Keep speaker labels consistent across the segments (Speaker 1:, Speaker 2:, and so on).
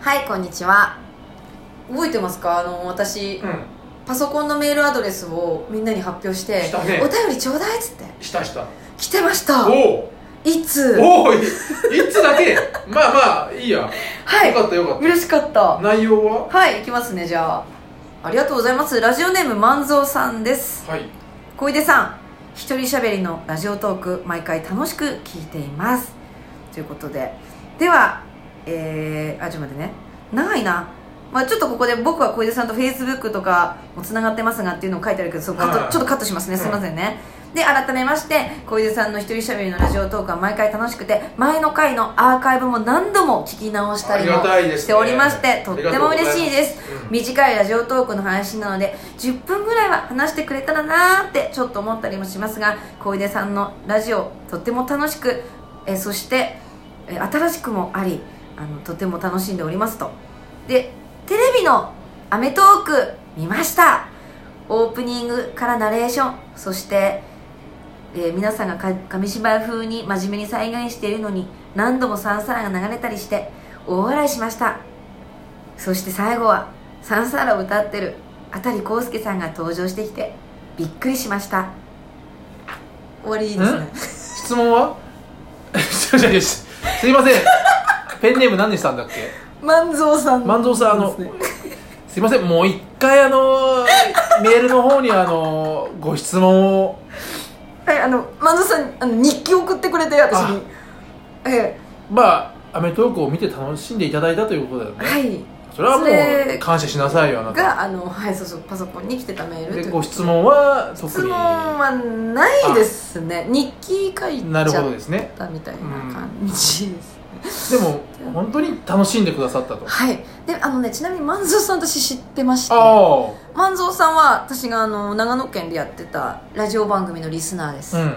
Speaker 1: はいこんにちは覚えてますかあの私、
Speaker 2: う
Speaker 1: パソコンのメールアドレスをみんなに発表して
Speaker 2: したね
Speaker 1: お便りちょうだい」っつって
Speaker 2: んしたした
Speaker 1: 「来てました
Speaker 2: お
Speaker 1: いつ
Speaker 2: おおおいいつだけまあまあいいや、
Speaker 1: はい
Speaker 2: よかったよかっ
Speaker 1: 嬉しかった
Speaker 2: た内容は
Speaker 1: はい行きますねじゃあありがとうございますラジオネーム万蔵さんです
Speaker 2: はい
Speaker 1: 小出さん一人喋りのラジオトーク毎回楽しく聞いていますということでではえー、あちょっと待ってね長いなまあ、ちょっとここで僕は小出さんとフェイスブックとかもつながってますがっていうのを書いてあるけどそこカット
Speaker 2: はい
Speaker 1: ちょっとカットしますねすいませんね、で改めまして小出さんの一人喋りのラジオトークは毎回楽しくて前の回のアーカイブも何度も聞き直したりも
Speaker 2: ありがたいですね
Speaker 1: しておりましてとっても嬉しいです
Speaker 2: ありがとうございますうん
Speaker 1: 短いラジオトークの配信なので10分ぐらいは話してくれたらなーってちょっと思ったりもしますが小出さんのラジオとっても楽しくえーそしてえー新しくもありあのとても楽しんでおりますとでテレビの『アメトーク』見ましたオープニングからナレーションそして、えー皆さんがか紙芝居風に真面目に再現しているのに何度もサンサラが流れたりして大笑いしましたそして最後はサンサラを歌ってるあたりこうすけさんが登場してきてびっくりしました終わりいいですね
Speaker 2: 質問は すいませんすいませんペンネーム何にしたんだっけ
Speaker 1: 万蔵さん
Speaker 2: 万蔵さんあの
Speaker 1: そうですね
Speaker 2: すいませんもう一回あのメールの方にあのご質問を
Speaker 1: はい、あの、マンさん、あの日記送ってくれて、私に。え
Speaker 2: まあ『アメトーク』を見て楽しんでいただいたということだよ
Speaker 1: え、
Speaker 2: ね
Speaker 1: はい、
Speaker 2: それはも
Speaker 1: それ
Speaker 2: う感謝しなさいよあなた
Speaker 1: が、あの、はい、そうそう、パソコンに来てたメールとい
Speaker 2: で
Speaker 1: う。
Speaker 2: ご質問は特
Speaker 1: 質
Speaker 2: に
Speaker 1: 問はないですね。日記書い
Speaker 2: なる
Speaker 1: ち
Speaker 2: ほ
Speaker 1: ゃ
Speaker 2: ど
Speaker 1: っ
Speaker 2: ですね
Speaker 1: たみたいな感じです。
Speaker 2: でも本当に楽しんでくださったと
Speaker 1: はい、で、あのね、ちなみに万蔵さん、私知ってまして。
Speaker 2: あ
Speaker 1: 万蔵さんは、私が、あの、長野県でやってたラジオ番組のリスナーです。
Speaker 2: あうん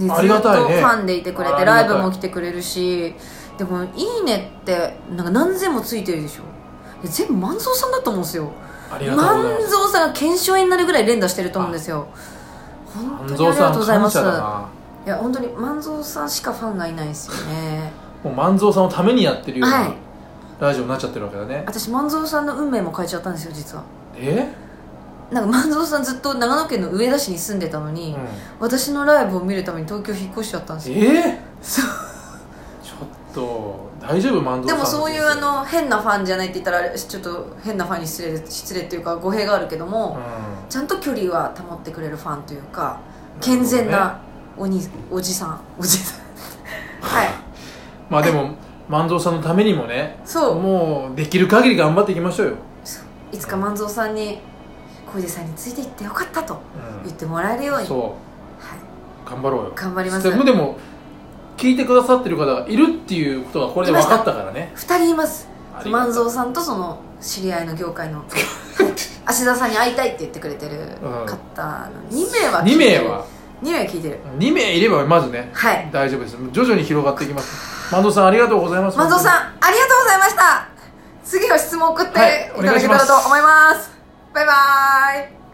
Speaker 1: でず
Speaker 2: あ
Speaker 1: っ
Speaker 2: りが
Speaker 1: とフ
Speaker 2: たいね
Speaker 1: ァンでいてくれ
Speaker 2: あ
Speaker 1: て
Speaker 2: りが
Speaker 1: ラ
Speaker 2: たい
Speaker 1: イブも来てくれるしでも「いいね」ってなんか何千もついてるでしょで全部万蔵さんだと思うんですよ
Speaker 2: ありがとう
Speaker 1: 万
Speaker 2: ございます
Speaker 1: 蔵さんが検証になるぐらい連打してると思うんですよ本当にありがとうございま
Speaker 2: 感
Speaker 1: す
Speaker 2: 謝
Speaker 1: い
Speaker 2: だな
Speaker 1: や本当に万蔵さんしかファンがいないですよね
Speaker 2: もう万蔵さんのためにやってるよう
Speaker 1: はい
Speaker 2: なラジオになっちゃってるわけだね
Speaker 1: 私万蔵さんの運命も変えちゃったんですよ実は
Speaker 2: え
Speaker 1: なんか万蔵さんずっと長野県の上田市に住んでたのに、
Speaker 2: うん
Speaker 1: 私のライブを見るために東京引っ越しちゃったんですよ
Speaker 2: え
Speaker 1: そう
Speaker 2: ちょっと大丈夫満足
Speaker 1: でもそういうあの変なファンじゃないって言ったらあれちょっと変なファンに失礼で失礼っていうか語弊があるけども、
Speaker 2: う
Speaker 1: ちゃんと距離は保ってくれるファンというか健全なおにおじさんおじ さんはい
Speaker 2: んまあでも万蔵さんのためにもね
Speaker 1: そう
Speaker 2: もうできる限り頑張っていきましょうよ、
Speaker 1: いつか万蔵さんに小出さんについていってよかったと
Speaker 2: う、
Speaker 1: 言ってもらえるようんに、はい、
Speaker 2: そう頑張ろうよ
Speaker 1: 頑張ります
Speaker 2: でもでも聞いてくださってる方がいるっていうことがこれで分かったからね
Speaker 1: 2人います
Speaker 2: ありがと
Speaker 1: 万
Speaker 2: う
Speaker 1: 蔵さんとその知り合いの業 界のはい芦田さんに会いたいって言ってくれてる方の2名は聞
Speaker 2: 2
Speaker 1: いてる
Speaker 2: 名は
Speaker 1: 2名は聞いてる
Speaker 2: 2名いればまずね
Speaker 1: はい
Speaker 2: 大丈夫です徐々に広がっていきます万蔵さんありがとうございます
Speaker 1: 万蔵さんありがとうございました次は質問送って
Speaker 2: はい
Speaker 1: いただけたらと思います,、バイバーイ